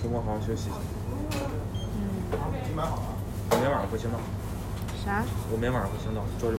周末好好休息一下。嗯。我明天晚上回青岛。啥？我明天晚上回青岛，周日